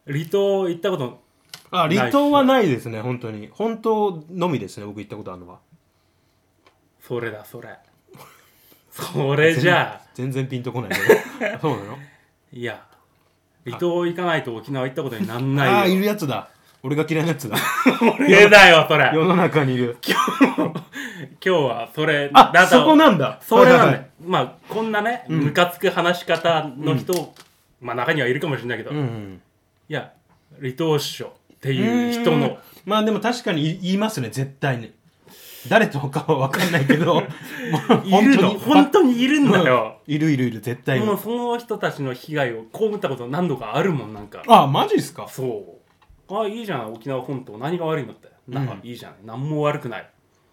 [SPEAKER 2] 離島行ったこと
[SPEAKER 1] あ離島はないですね本当に本当のみですね僕行ったことあるのは
[SPEAKER 2] それだそれそれじゃあ
[SPEAKER 1] 全然ピンとこないけど そうなの
[SPEAKER 2] いや離島行かないと沖縄行ったことになんないよ
[SPEAKER 1] ああーいるやつだ俺が嫌いなや つだ
[SPEAKER 2] 俺だよそれ今
[SPEAKER 1] 世の中にいる
[SPEAKER 2] 日はそれ
[SPEAKER 1] あ
[SPEAKER 2] だと
[SPEAKER 1] そこなんだ
[SPEAKER 2] それな
[SPEAKER 1] はい
[SPEAKER 2] んだ
[SPEAKER 1] はい
[SPEAKER 2] よ
[SPEAKER 1] はい
[SPEAKER 2] まあこんなねムカつく話し方の人、まあ中にはいるかもしれないけど、
[SPEAKER 1] う
[SPEAKER 2] い
[SPEAKER 1] ん
[SPEAKER 2] や離島師匠っていう人
[SPEAKER 1] うーん
[SPEAKER 2] の
[SPEAKER 1] まあでも確かにい言いますね絶対に誰とかは分かんないけ ど もう
[SPEAKER 2] いるの本当にいるんだよ、
[SPEAKER 1] いるいるいる絶対に
[SPEAKER 2] もうその人たちの被害を被ったこと何度かあるもんなんか
[SPEAKER 1] あマジっすか
[SPEAKER 2] そうああいいじゃん沖縄本島何が悪いのってなんか
[SPEAKER 1] うん
[SPEAKER 2] いいじゃん、何も悪くない、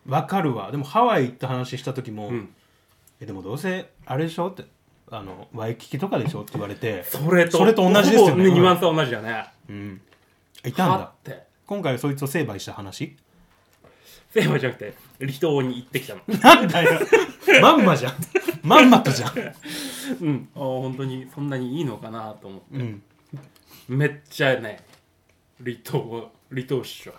[SPEAKER 1] わかるわでもハワイ行った話した時も、
[SPEAKER 2] うん、
[SPEAKER 1] えでもどうせあれでしょってあのワイキキとかでしょって言われて
[SPEAKER 2] それと
[SPEAKER 1] それと同じですよね
[SPEAKER 2] ほぼ
[SPEAKER 1] うん
[SPEAKER 2] ニュアンスは同じだね、
[SPEAKER 1] うんいたん
[SPEAKER 2] は
[SPEAKER 1] だ
[SPEAKER 2] って
[SPEAKER 1] 今回はそいつを成敗した話
[SPEAKER 2] セーバーじゃなくて離島に行ってきたの
[SPEAKER 1] なんだよまんまじゃんまんまとじゃん
[SPEAKER 2] うんああ本当にそんなにいいのかなと思って
[SPEAKER 1] うん
[SPEAKER 2] めっちゃね離島を離島市長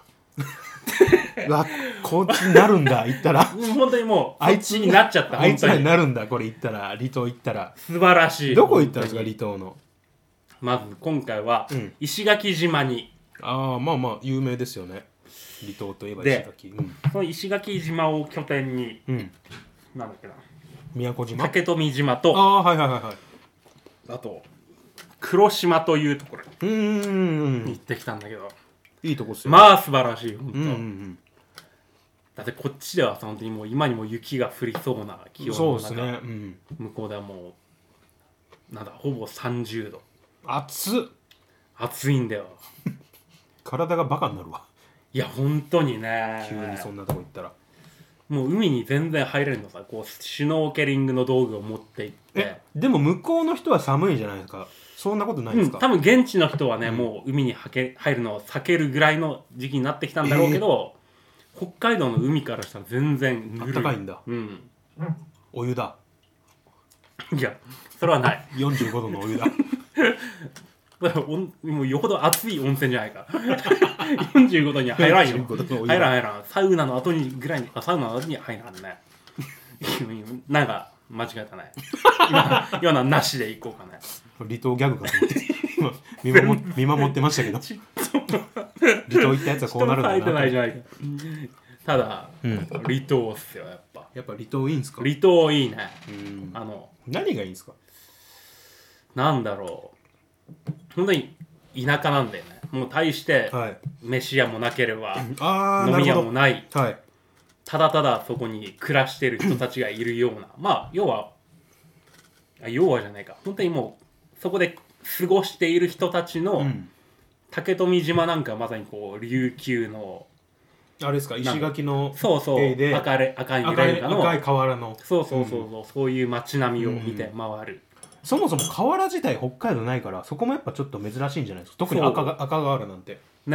[SPEAKER 1] うわこっちになるんだ行ったら
[SPEAKER 2] 本当にもう
[SPEAKER 1] あ
[SPEAKER 2] あ
[SPEAKER 1] い
[SPEAKER 2] い
[SPEAKER 1] つ
[SPEAKER 2] つになっちゃった
[SPEAKER 1] あい
[SPEAKER 2] 本
[SPEAKER 1] つ
[SPEAKER 2] 当
[SPEAKER 1] らに
[SPEAKER 2] に
[SPEAKER 1] なるんだこれ行ったら離島行ったら
[SPEAKER 2] 素晴らしい
[SPEAKER 1] どこ行ったんですか
[SPEAKER 2] 本当
[SPEAKER 1] 離島
[SPEAKER 2] に
[SPEAKER 1] の
[SPEAKER 2] まず今回は、
[SPEAKER 1] うん
[SPEAKER 2] 石垣島に
[SPEAKER 1] ああまあまあ有名ですよね離島といえば石垣うん、
[SPEAKER 2] その石垣島を拠点に
[SPEAKER 1] うん、
[SPEAKER 2] なんだっけな
[SPEAKER 1] 宮古島あ
[SPEAKER 2] 竹富島とあ
[SPEAKER 1] あーはいはいはいはい
[SPEAKER 2] と黒島というところ
[SPEAKER 1] うー
[SPEAKER 2] に行
[SPEAKER 1] ん
[SPEAKER 2] ってきたんだけど、
[SPEAKER 1] いいとこっすよ、
[SPEAKER 2] まあ素晴らしい本当、
[SPEAKER 1] うんうん
[SPEAKER 2] だってこっちでは本当にもう今にも雪が降りそうな気
[SPEAKER 1] うん、
[SPEAKER 2] 温
[SPEAKER 1] そう
[SPEAKER 2] の
[SPEAKER 1] です
[SPEAKER 2] 中、
[SPEAKER 1] ね、うん、
[SPEAKER 2] 向こうではもうなんだほぼ30度
[SPEAKER 1] 暑っ
[SPEAKER 2] 暑いんだよ
[SPEAKER 1] 体がバカになるわ
[SPEAKER 2] いや本当にね
[SPEAKER 1] 急にそんなとこ行ったら
[SPEAKER 2] もう海に全然入れるのさこうシュノーケリングの道具を持って行って
[SPEAKER 1] えでも向こうの人は寒いじゃないですかそんなことないで
[SPEAKER 2] う
[SPEAKER 1] す
[SPEAKER 2] ん、
[SPEAKER 1] か、
[SPEAKER 2] 多分現地の人はね、
[SPEAKER 1] うん
[SPEAKER 2] もう海にはけ入るのを避けるぐらいの時期になってきたんだろうけど、北海道の海からしたら全然ぬる
[SPEAKER 1] 暖かいんだ
[SPEAKER 2] うん
[SPEAKER 1] お湯だ
[SPEAKER 2] いやそれはない
[SPEAKER 1] 45度のお湯だ
[SPEAKER 2] それは おんもうよほど暑い温泉じゃないから 45度には入らんよ
[SPEAKER 1] 45度のお湯だ
[SPEAKER 2] 入らん入らんサウナの後にぐらいにあサウナの後に入らんね なんか間違えたね今 今のはなしでいこうかね
[SPEAKER 1] 離島ギャグかと思って今見守見守ってましたけど離島行ったやつはこうなるんだ
[SPEAKER 2] 人も入っ
[SPEAKER 1] な
[SPEAKER 2] てないじゃないただ、
[SPEAKER 1] うん
[SPEAKER 2] 離島っすよやっぱ
[SPEAKER 1] やっぱ離島いいんですか
[SPEAKER 2] 離島いいね
[SPEAKER 1] うん
[SPEAKER 2] あの
[SPEAKER 1] 何がいいんですか
[SPEAKER 2] なんだろう本当に田舎なんだよねもう大して
[SPEAKER 1] はい
[SPEAKER 2] 飯屋もなければ
[SPEAKER 1] ああ
[SPEAKER 2] 飲
[SPEAKER 1] な
[SPEAKER 2] み
[SPEAKER 1] る
[SPEAKER 2] 屋
[SPEAKER 1] ほ
[SPEAKER 2] も
[SPEAKER 1] ど
[SPEAKER 2] ない
[SPEAKER 1] はい
[SPEAKER 2] ただただそこに暮らしてる人たちがいるようなまあ要はあ要はじゃないか本当にもうそこで過ごしている人たちの、
[SPEAKER 1] うん
[SPEAKER 2] 竹富島なんかまさにこう琉球の
[SPEAKER 1] あれですか石垣の
[SPEAKER 2] そうそう
[SPEAKER 1] えいで
[SPEAKER 2] 赤れ赤い
[SPEAKER 1] 赤
[SPEAKER 2] レン
[SPEAKER 1] い
[SPEAKER 2] ガの
[SPEAKER 1] 赤い河原の
[SPEAKER 2] そうそうそうそう、そういう街並みを見て回る、
[SPEAKER 1] そもそも河原自体北海道ないからそこもやっぱちょっと珍しいんじゃないですか特に
[SPEAKER 2] そう
[SPEAKER 1] 赤が赤河原なんて
[SPEAKER 2] ねえ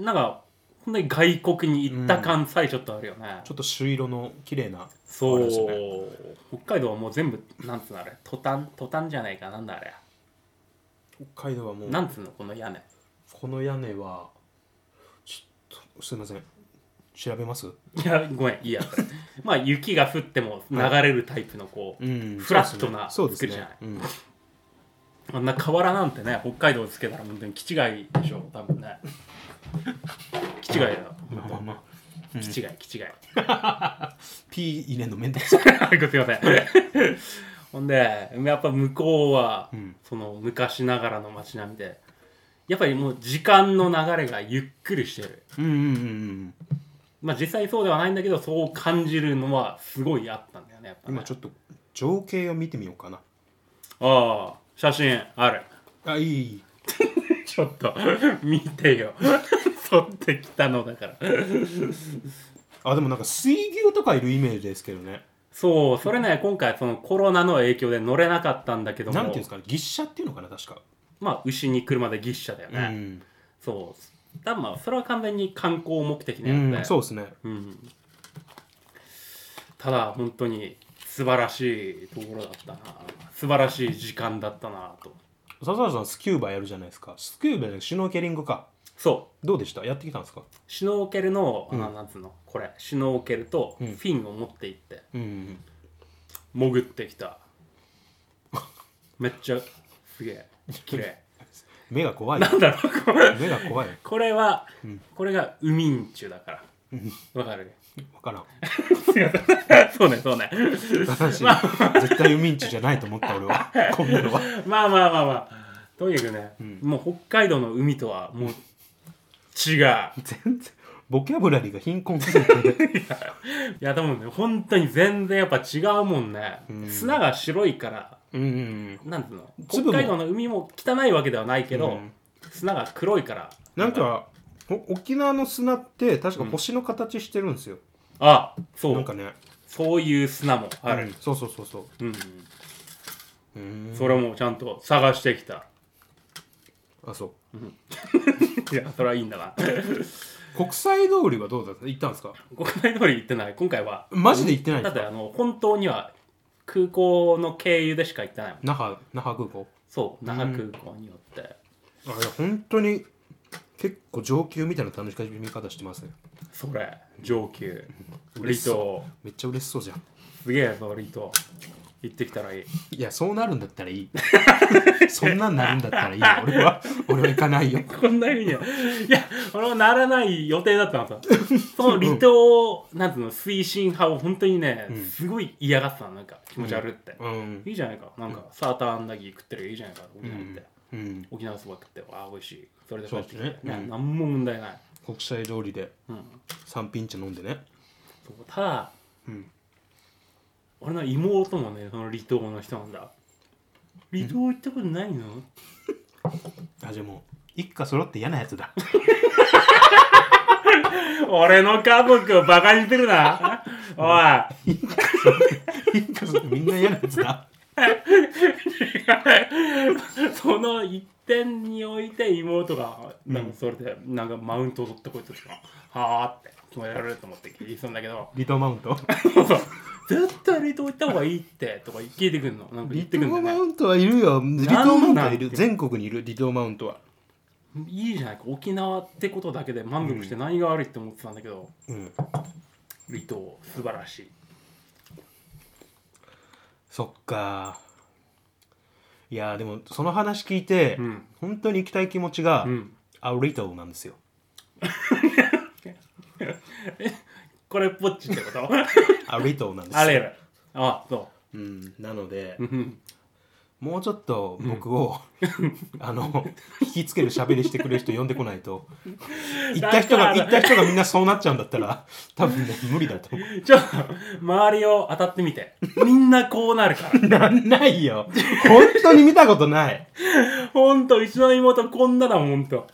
[SPEAKER 2] なんか本当に外国に行った感さえちょっとあるよね、
[SPEAKER 1] ちょっと朱色の綺麗な
[SPEAKER 2] そう、
[SPEAKER 1] あれですね
[SPEAKER 2] 北海道はもう全部なんつうのあれトタントタンじゃないかなんだあれ、
[SPEAKER 1] 北海道はもう
[SPEAKER 2] なんつうのこの屋根
[SPEAKER 1] この屋根はちょっとすいません調べます
[SPEAKER 2] いやごめんいいや まあ雪が降っても流れるタイプのこう、
[SPEAKER 1] ん
[SPEAKER 2] フラットな
[SPEAKER 1] そうですね
[SPEAKER 2] 作りじゃない
[SPEAKER 1] そうですね
[SPEAKER 2] あんな瓦なんてね北海道つけたら本当に気違いでしょ多分ね気違いだよ
[SPEAKER 1] うんまあまあまあ
[SPEAKER 2] 気違い気違い
[SPEAKER 1] P 入れんの面倒くさい
[SPEAKER 2] ごすいませんほんでやっぱ向こうは、
[SPEAKER 1] うん
[SPEAKER 2] その昔ながらの街並みでやっぱりもう時間の流れがゆっくりしてる
[SPEAKER 1] うんうんうんうん
[SPEAKER 2] まあ実際そうではないんだけどそう感じるのはすごいあったんだよねやっぱね、
[SPEAKER 1] 今ちょっと情景を見てみようかな
[SPEAKER 2] ああ写真ある
[SPEAKER 1] あいいいい
[SPEAKER 2] ちょっと 見てよ 撮ってきたのだから
[SPEAKER 1] あでもなんか水牛とかいるイメージですけどね
[SPEAKER 2] そうそれね今回そのコロナの影響で乗れなかったんだけども
[SPEAKER 1] なんていうんですかね牛車っていうのかな確か、
[SPEAKER 2] まあ牛に車でぎっしゃだよ
[SPEAKER 1] う
[SPEAKER 2] ね、
[SPEAKER 1] ん、
[SPEAKER 2] そうだまあそれは完全に観光目的のやつで
[SPEAKER 1] うん、そうですね
[SPEAKER 2] うんただ本当に素晴らしいところだったな素晴らしい時間だったなと
[SPEAKER 1] 笹原さんスキューバやるじゃないですかスキューバじゃなくてシュノーケリングか
[SPEAKER 2] そ
[SPEAKER 1] どうでしたやってきたんですか
[SPEAKER 2] うシュノーケルの、あ
[SPEAKER 1] うん
[SPEAKER 2] のなんつうのこれシュノーケルとフ
[SPEAKER 1] うん
[SPEAKER 2] ィンを持って行って
[SPEAKER 1] うんうん
[SPEAKER 2] 潜ってきためっちゃすげえ綺麗
[SPEAKER 1] 目が 怖い
[SPEAKER 2] なんだろうこれ
[SPEAKER 1] 目が怖いわ
[SPEAKER 2] これは、
[SPEAKER 1] うん
[SPEAKER 2] これがウミンチュだからわかる
[SPEAKER 1] からん
[SPEAKER 2] すいません そうねそうね
[SPEAKER 1] 私絶対ウミンチじゃないと思った俺 はこんなのは
[SPEAKER 2] まあまあまあまあとにかくね、
[SPEAKER 1] ん
[SPEAKER 2] もう北海道の海とはもう違ういや
[SPEAKER 1] 全然ボキャブラリーが貧困すぎて
[SPEAKER 2] でもね本当に全然やっぱ違うもんね、
[SPEAKER 1] うん
[SPEAKER 2] 砂が白いから
[SPEAKER 1] うんうん
[SPEAKER 2] なんつうの
[SPEAKER 1] 粒も
[SPEAKER 2] 北海道の海も汚いわけではないけど、
[SPEAKER 1] うん
[SPEAKER 2] 砂が黒いから
[SPEAKER 1] なんかお沖縄の砂って確か星の形してるんですよ、
[SPEAKER 2] あ、そ
[SPEAKER 1] なん
[SPEAKER 2] う
[SPEAKER 1] か。ね、
[SPEAKER 2] そういう砂もあ
[SPEAKER 1] うん
[SPEAKER 2] る。
[SPEAKER 1] そうそうそうそう
[SPEAKER 2] うん。
[SPEAKER 1] うーん
[SPEAKER 2] それもちゃんと探してきた。
[SPEAKER 1] あそう
[SPEAKER 2] いや、それはいいんだ な。
[SPEAKER 1] 国際通りはどうだった行ったんですか
[SPEAKER 2] 国内通り行ってない。今回は。
[SPEAKER 1] マジで行ってないん
[SPEAKER 2] だ
[SPEAKER 1] で
[SPEAKER 2] っ
[SPEAKER 1] すか
[SPEAKER 2] て、あの、本当には空港の経由でしか行ってないもん。
[SPEAKER 1] 那覇那覇空港
[SPEAKER 2] そう、那覇空港によって。
[SPEAKER 1] あれ本当に結構上級みたいな楽しみ方してますね
[SPEAKER 2] それ、上級。離
[SPEAKER 1] 嬉し
[SPEAKER 2] 島。
[SPEAKER 1] めっちゃ嬉しそうじゃん
[SPEAKER 2] すげえぞ、離島。行ってきたらいい。
[SPEAKER 1] いやそうなるんだったらい いそんなんなるんだったらいいよ俺は俺は行かないよ
[SPEAKER 2] こんなふうには。いや、俺もならない予定だったのさ。その離島を、なんつうの、推進派を本当にね、
[SPEAKER 1] うん
[SPEAKER 2] すごい嫌がってたの、なんか気持ち悪いって。
[SPEAKER 1] うん
[SPEAKER 2] いいじゃないか、なんかサーターアンダギー食ってるよいいじゃないか、沖縄って。
[SPEAKER 1] うん
[SPEAKER 2] 沖縄そば食って、わあ、美味しい。それで帰ってきて、
[SPEAKER 1] そうですね
[SPEAKER 2] ね
[SPEAKER 1] うん
[SPEAKER 2] なんも問題ない。
[SPEAKER 1] 国際通りで
[SPEAKER 2] うん。
[SPEAKER 1] 三品茶飲んでね
[SPEAKER 2] そうただ、
[SPEAKER 1] うん
[SPEAKER 2] 俺の妹もね、その離島の人なんだ。離島行ったことないの、
[SPEAKER 1] あじゃあもう一家揃って嫌なやつだ
[SPEAKER 2] 俺の家族をバカにしてる な。おい。
[SPEAKER 1] 一家揃ってみんな嫌なやつだ
[SPEAKER 2] その一点において妹がなんかそれでなんかマウントを取ってこいとか、はあって決められると思って聞いてたんだけ ど
[SPEAKER 1] リトマウント
[SPEAKER 2] そうそう絶対離島行った方がいいってとか聞いてくんのなんか
[SPEAKER 1] リ
[SPEAKER 2] 言っ
[SPEAKER 1] ト
[SPEAKER 2] てくんだよ
[SPEAKER 1] マ
[SPEAKER 2] ね
[SPEAKER 1] ウントはいるよリトマウントはい
[SPEAKER 2] なんなん
[SPEAKER 1] る
[SPEAKER 2] て
[SPEAKER 1] 全国にいるリトマウントはい
[SPEAKER 2] いじゃないか沖縄ってことだけで満足して何が悪いって思ってたんだけど、
[SPEAKER 1] うん
[SPEAKER 2] 離島素晴らしい
[SPEAKER 1] そっかいやーでもその話聞いて、
[SPEAKER 2] うん
[SPEAKER 1] 本当に行きたい気持ちが、
[SPEAKER 2] うん
[SPEAKER 1] アウリトなんですよ
[SPEAKER 2] これポッチってこと
[SPEAKER 1] アウリトなんですよ
[SPEAKER 2] あれるあそ
[SPEAKER 1] うん、なので
[SPEAKER 2] う、うん
[SPEAKER 1] もうちょっと僕 を、あの引きつける喋りしてくれる人呼んでこない と行った人が
[SPEAKER 2] だ
[SPEAKER 1] 行
[SPEAKER 2] から
[SPEAKER 1] った人がみんなそうなっちゃうんだった ら多分ね無理だと思
[SPEAKER 2] ちょっと周りを当たってみてみんなこうなるから
[SPEAKER 1] うなんないよ本当に見たことない
[SPEAKER 2] ほんと、うちの妹こんなだもん、ほんと。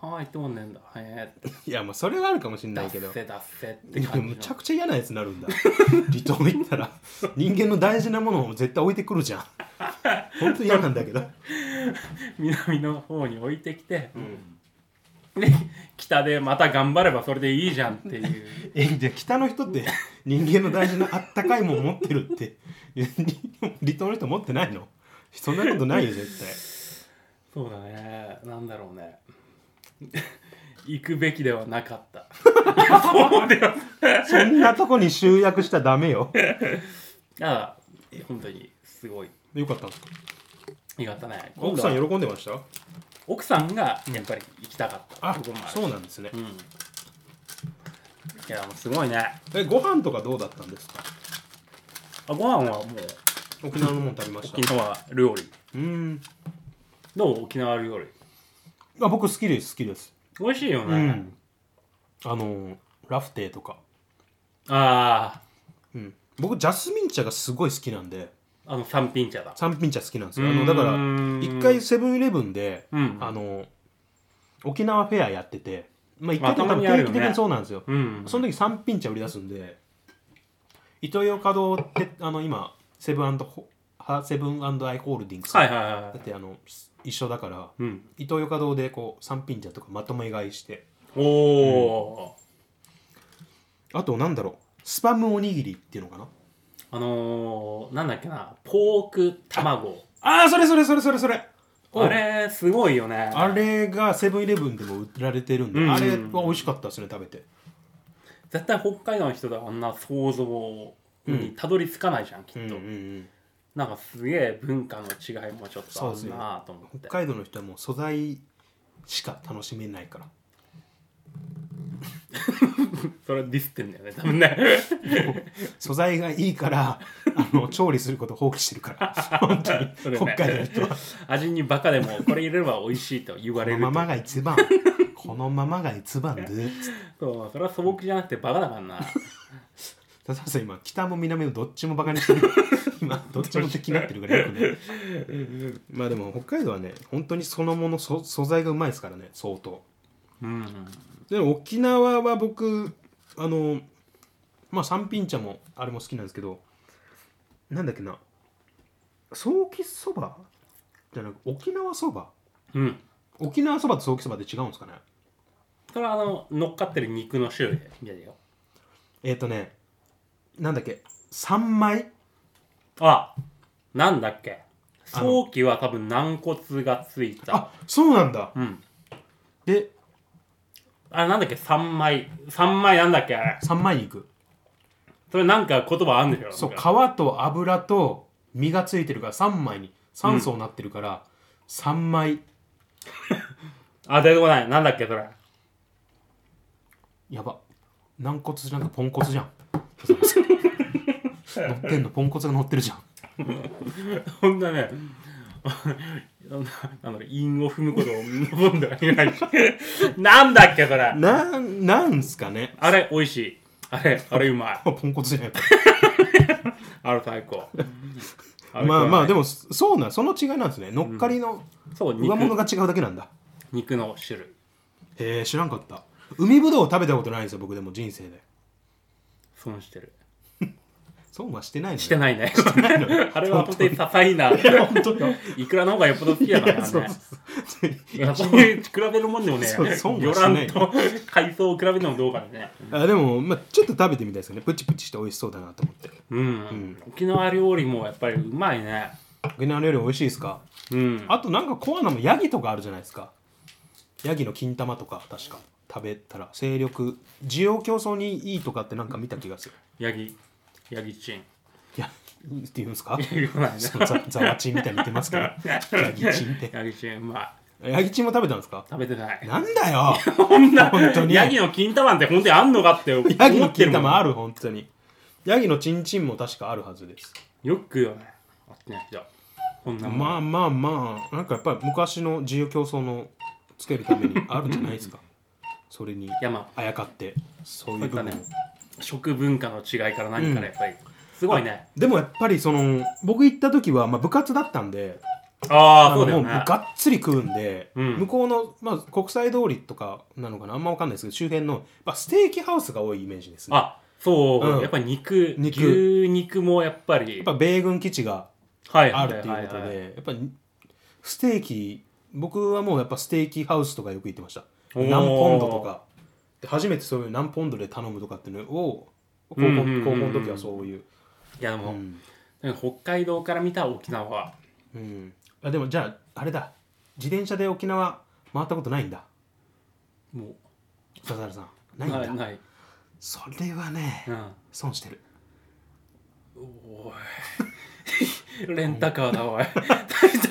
[SPEAKER 2] はーい、ってもんねんだ。へえ。
[SPEAKER 1] いやまあそれはあるかもしれな
[SPEAKER 2] だ
[SPEAKER 1] い
[SPEAKER 2] っ
[SPEAKER 1] けど
[SPEAKER 2] せだっせって
[SPEAKER 1] いや
[SPEAKER 2] 感じ
[SPEAKER 1] むちゃ
[SPEAKER 2] の。
[SPEAKER 1] くちゃ嫌なやつになるんだ離島行ったら人間の大事なものを絶対置いてくるじ ゃん本当に嫌なんだけど
[SPEAKER 2] 南の方に置いてきて、で、北でまた頑張ればそれでいいじゃんっていう。
[SPEAKER 1] えじゃあ北の人って人間の大事なあったかいもん持ってるっていや離島の人持ってないのそんなことないよ絶対
[SPEAKER 2] そうだね。なんだろうね。 行くべきではなかった。そうだよ。
[SPEAKER 1] そんなとこに集約したらダメよ。
[SPEAKER 2] だから、本当に、すごい。
[SPEAKER 1] よかったんですか
[SPEAKER 2] よかったね。
[SPEAKER 1] 奥さ
[SPEAKER 2] 今度
[SPEAKER 1] ん
[SPEAKER 2] は
[SPEAKER 1] 喜んでました
[SPEAKER 2] 奥さんが、やっぱり行きたかった。
[SPEAKER 1] あ
[SPEAKER 2] ここもる
[SPEAKER 1] そうなんですね
[SPEAKER 2] う。ん。いや、もうすごいね。
[SPEAKER 1] え、ご飯とかどうだったんですか
[SPEAKER 2] あご飯はもう
[SPEAKER 1] 沖縄のもん食べました
[SPEAKER 2] 沖。縄料理
[SPEAKER 1] うーん。
[SPEAKER 2] どう沖縄料理
[SPEAKER 1] あ僕好きです、好きです。
[SPEAKER 2] 美味しいよね、
[SPEAKER 1] うん。あのー、ラフテーとか。
[SPEAKER 2] あ
[SPEAKER 1] うん。僕、ジャスミン茶がすごい好きなんで、
[SPEAKER 2] ああの三品茶だ
[SPEAKER 1] 三品茶好きなんですよ。あのだから
[SPEAKER 2] う、ーん
[SPEAKER 1] 一回セブンイレブンで、
[SPEAKER 2] うん
[SPEAKER 1] あのー、沖縄フェアやってて、まあ一
[SPEAKER 2] まあ
[SPEAKER 1] 回多
[SPEAKER 2] たま
[SPEAKER 1] 分
[SPEAKER 2] にあ
[SPEAKER 1] 定
[SPEAKER 2] るよ
[SPEAKER 1] 期
[SPEAKER 2] ね
[SPEAKER 1] 的にそうなんですよ。
[SPEAKER 2] うん
[SPEAKER 1] その時三品茶売り出すんで、イトーヨーカドーってあの今セブンホはセブンアイ・ホールディングス、
[SPEAKER 2] はいはいは
[SPEAKER 1] だ
[SPEAKER 2] い
[SPEAKER 1] ってあの一緒だから、
[SPEAKER 2] うん
[SPEAKER 1] イトーヨーカドーでこう三品茶とかまとめ買いして、
[SPEAKER 2] おお
[SPEAKER 1] あとなんだろうスパムおにぎりっていうのかな。
[SPEAKER 2] ー、あのー、なんだっけなポーク卵
[SPEAKER 1] ああそれそれそれそれそれ。
[SPEAKER 2] あれすごいよね
[SPEAKER 1] あれがセブンイレブンでも売られてるんで、
[SPEAKER 2] うんうん
[SPEAKER 1] あれは美味しかったですね食べて。
[SPEAKER 2] 絶対北海道の人ではあんな想像にたどり着かないじゃん、きっと、
[SPEAKER 1] うんうんうん
[SPEAKER 2] なんかすげえ文化の違いもちょっとあるなと思って
[SPEAKER 1] 北海道の人はもう素材しか楽しめないから。
[SPEAKER 2] それディスってんだよね多 分ね
[SPEAKER 1] 素材がいいからあの調理することを放棄してる から本当に
[SPEAKER 2] それ
[SPEAKER 1] 北海
[SPEAKER 2] ね
[SPEAKER 1] 道の人は
[SPEAKER 2] 味にバカでもこれ入れれば美味しいと言わ
[SPEAKER 1] こ
[SPEAKER 2] れ
[SPEAKER 1] の
[SPEAKER 2] ると
[SPEAKER 1] ままが一番このままが一番で
[SPEAKER 2] そうそれは素朴じゃなくてバカだからな
[SPEAKER 1] 田澤さん今北も南もどっちもバカにしてる 今どっちも敵になってるからよく ねまあでも北海道はね本当にそのものそ素材がうまいですからね相当
[SPEAKER 2] うん。
[SPEAKER 1] でも沖縄は僕あのまあ三品茶もあれも好きなんですけどなんだっけなソーキそばじゃなく沖縄そば
[SPEAKER 2] うん。
[SPEAKER 1] 沖縄そばとソーキそばで違うんですかね
[SPEAKER 2] それはあの、乗っかってる肉の種類じゃねえよ。
[SPEAKER 1] えっ、とねなんだっけ三枚
[SPEAKER 2] あ、なんだっけ。
[SPEAKER 1] あの
[SPEAKER 2] 早期は多分軟骨がついた。
[SPEAKER 1] あそうなんだ
[SPEAKER 2] うん。
[SPEAKER 1] で
[SPEAKER 2] あ、なんだっけ、三枚。三枚なんだっけ、あれ。
[SPEAKER 1] 三枚肉
[SPEAKER 2] それなんか言葉あんでしょ
[SPEAKER 1] そう
[SPEAKER 2] なん
[SPEAKER 1] 皮
[SPEAKER 2] か
[SPEAKER 1] と油と身がついてるから三枚に三層になってるから、三枚
[SPEAKER 2] あ、出てこない。なんだっけ、それ。
[SPEAKER 1] やば軟骨じゃなくてポンコツじゃん 乗ってんのポンコツが乗ってるじゃん
[SPEAKER 2] そんなね、 そんな、なんだろう、韻を踏むことを望んではいないし。 なんだっけ、それ。
[SPEAKER 1] なんなんすかね
[SPEAKER 2] あれ、美味しい。あれ、あれ、うまい。
[SPEAKER 1] あ ポンコツじゃない
[SPEAKER 2] あれ、最高。
[SPEAKER 1] まあまあで
[SPEAKER 2] も、
[SPEAKER 1] もそうなんその違いなんですね乗っかりの
[SPEAKER 2] そう、肉
[SPEAKER 1] 上物が違うだけなんだ、
[SPEAKER 2] 肉の種類。
[SPEAKER 1] へえ知らんかった海ぶどうを食べたことないんですよ僕でも人生で
[SPEAKER 2] 損してる。
[SPEAKER 1] 損はしてないのよ
[SPEAKER 2] し てないね。あれは本当に些細な。
[SPEAKER 1] 本当よ
[SPEAKER 2] いくらの方がよっぽど好きだから ね。
[SPEAKER 1] そうそうそう
[SPEAKER 2] いやそういう比べるもんでもね
[SPEAKER 1] そう、損
[SPEAKER 2] 魚
[SPEAKER 1] はしな
[SPEAKER 2] 卵
[SPEAKER 1] い
[SPEAKER 2] と海藻を比べてもどうかね。
[SPEAKER 1] あでも、まあ、ちょっと食べてみたいですよねプチプチして美味しそうだなと思って
[SPEAKER 2] うん。沖縄料理もやっぱりうまいね。
[SPEAKER 1] 沖縄料理美味しいですか
[SPEAKER 2] うん。
[SPEAKER 1] あとなんかコアなもヤギとかあるじゃないですかヤギの金玉とか確か食べたら勢力需要競争にいいとかってなんか見た気がする
[SPEAKER 2] ヤギ、ヤギチン。
[SPEAKER 1] いやいいって言うんですか
[SPEAKER 2] 言わないね
[SPEAKER 1] そうざざわちんみたいに似てますけどヤギチンって
[SPEAKER 2] ヤギチン、まあ、
[SPEAKER 1] ヤギチンも食べたんですか
[SPEAKER 2] 食べてない。
[SPEAKER 1] なんだよ
[SPEAKER 2] こんな、
[SPEAKER 1] 本当に
[SPEAKER 2] ヤギの金玉って本当にあんのかって思ってるも
[SPEAKER 1] ヤ
[SPEAKER 2] ん。
[SPEAKER 1] ギの金玉ある本当にヤギのチンチンも確かあるはずです
[SPEAKER 2] よくよね。あってないじゃんこんなもん。
[SPEAKER 1] まあまあまあなんかやっぱり昔の自由競争のつけるためにあるんじゃないですかそれに
[SPEAKER 2] いやま
[SPEAKER 1] あやかってそういう部分を
[SPEAKER 2] そういったあ、食文化の違いから何からやっぱり。すごいね。
[SPEAKER 1] でもやっぱりその僕行った時はまあ部活だったんで
[SPEAKER 2] ああ、
[SPEAKER 1] あ
[SPEAKER 2] そ
[SPEAKER 1] の
[SPEAKER 2] うだよ
[SPEAKER 1] もう
[SPEAKER 2] ね。
[SPEAKER 1] がっつり食うんで、
[SPEAKER 2] うん
[SPEAKER 1] 向こうの、まあ、国際通りとかなのかなあんまわかんないですけど周辺の、まあ、ステーキハウスが多いイメージですねや
[SPEAKER 2] あ、そう、
[SPEAKER 1] うん
[SPEAKER 2] やっぱ肉、
[SPEAKER 1] 肉
[SPEAKER 2] 牛肉もやっぱり、
[SPEAKER 1] っぱ米軍基地が
[SPEAKER 2] はい
[SPEAKER 1] あるっていうことで、やっぱりステーキ僕はもうやっぱステーキハウスとかよく行ってました
[SPEAKER 2] おー
[SPEAKER 1] 何ポンドとかで初めてそういう何ポンドで頼むとかっていうのを高校,、
[SPEAKER 2] うんうんうんうん
[SPEAKER 1] 高校の時はそういう、
[SPEAKER 2] いやで
[SPEAKER 1] う
[SPEAKER 2] も、
[SPEAKER 1] ん
[SPEAKER 2] 北海道から見た沖縄は、
[SPEAKER 1] うんあでもじゃああれだ自転車で沖縄回ったことないんだ
[SPEAKER 2] も
[SPEAKER 1] 笹原さん
[SPEAKER 2] う、
[SPEAKER 1] ないんだ、
[SPEAKER 2] ない、ない。
[SPEAKER 1] それはね、
[SPEAKER 2] うん。
[SPEAKER 1] 損して る
[SPEAKER 2] おい。レンタカーだ、おい。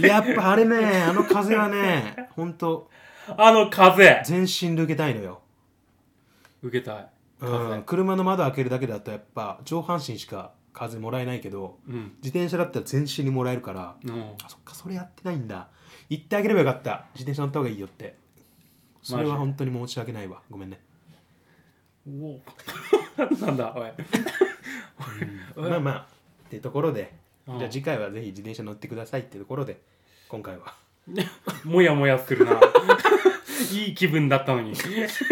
[SPEAKER 1] やっぱあれねあの風はねほんと
[SPEAKER 2] あの風
[SPEAKER 1] 全身で受けたいのよ、
[SPEAKER 2] 受けたい。
[SPEAKER 1] うん、車の窓開けるだけだとやっぱ上半身しか風もらえないけど
[SPEAKER 2] うん。
[SPEAKER 1] 自転車だったら全身にもらえるから
[SPEAKER 2] うん
[SPEAKER 1] あそっかそれやってないんだ言ってあげればよかった自転車乗った方がいいよってそれは本当に申し訳ないわごめんね
[SPEAKER 2] お お。なんだ、おい。うん
[SPEAKER 1] まあまあってところで
[SPEAKER 2] うん
[SPEAKER 1] じゃあ次回はぜひ自転車乗ってくださいってところで今回は
[SPEAKER 2] もやもや するな。いい気分だったのに。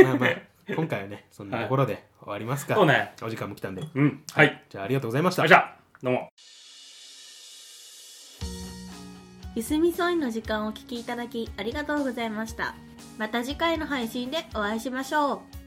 [SPEAKER 1] まあまあ今回はねそんなところで終わりますか、
[SPEAKER 2] そうね。
[SPEAKER 1] お時間も来たんで
[SPEAKER 2] うん。はい。
[SPEAKER 1] じゃあありがとうございました
[SPEAKER 2] あじゃあ、どうも。
[SPEAKER 3] ゆすみそいの時間をお聞きいただきありがとうございましたまた次回の配信でお会いしましょう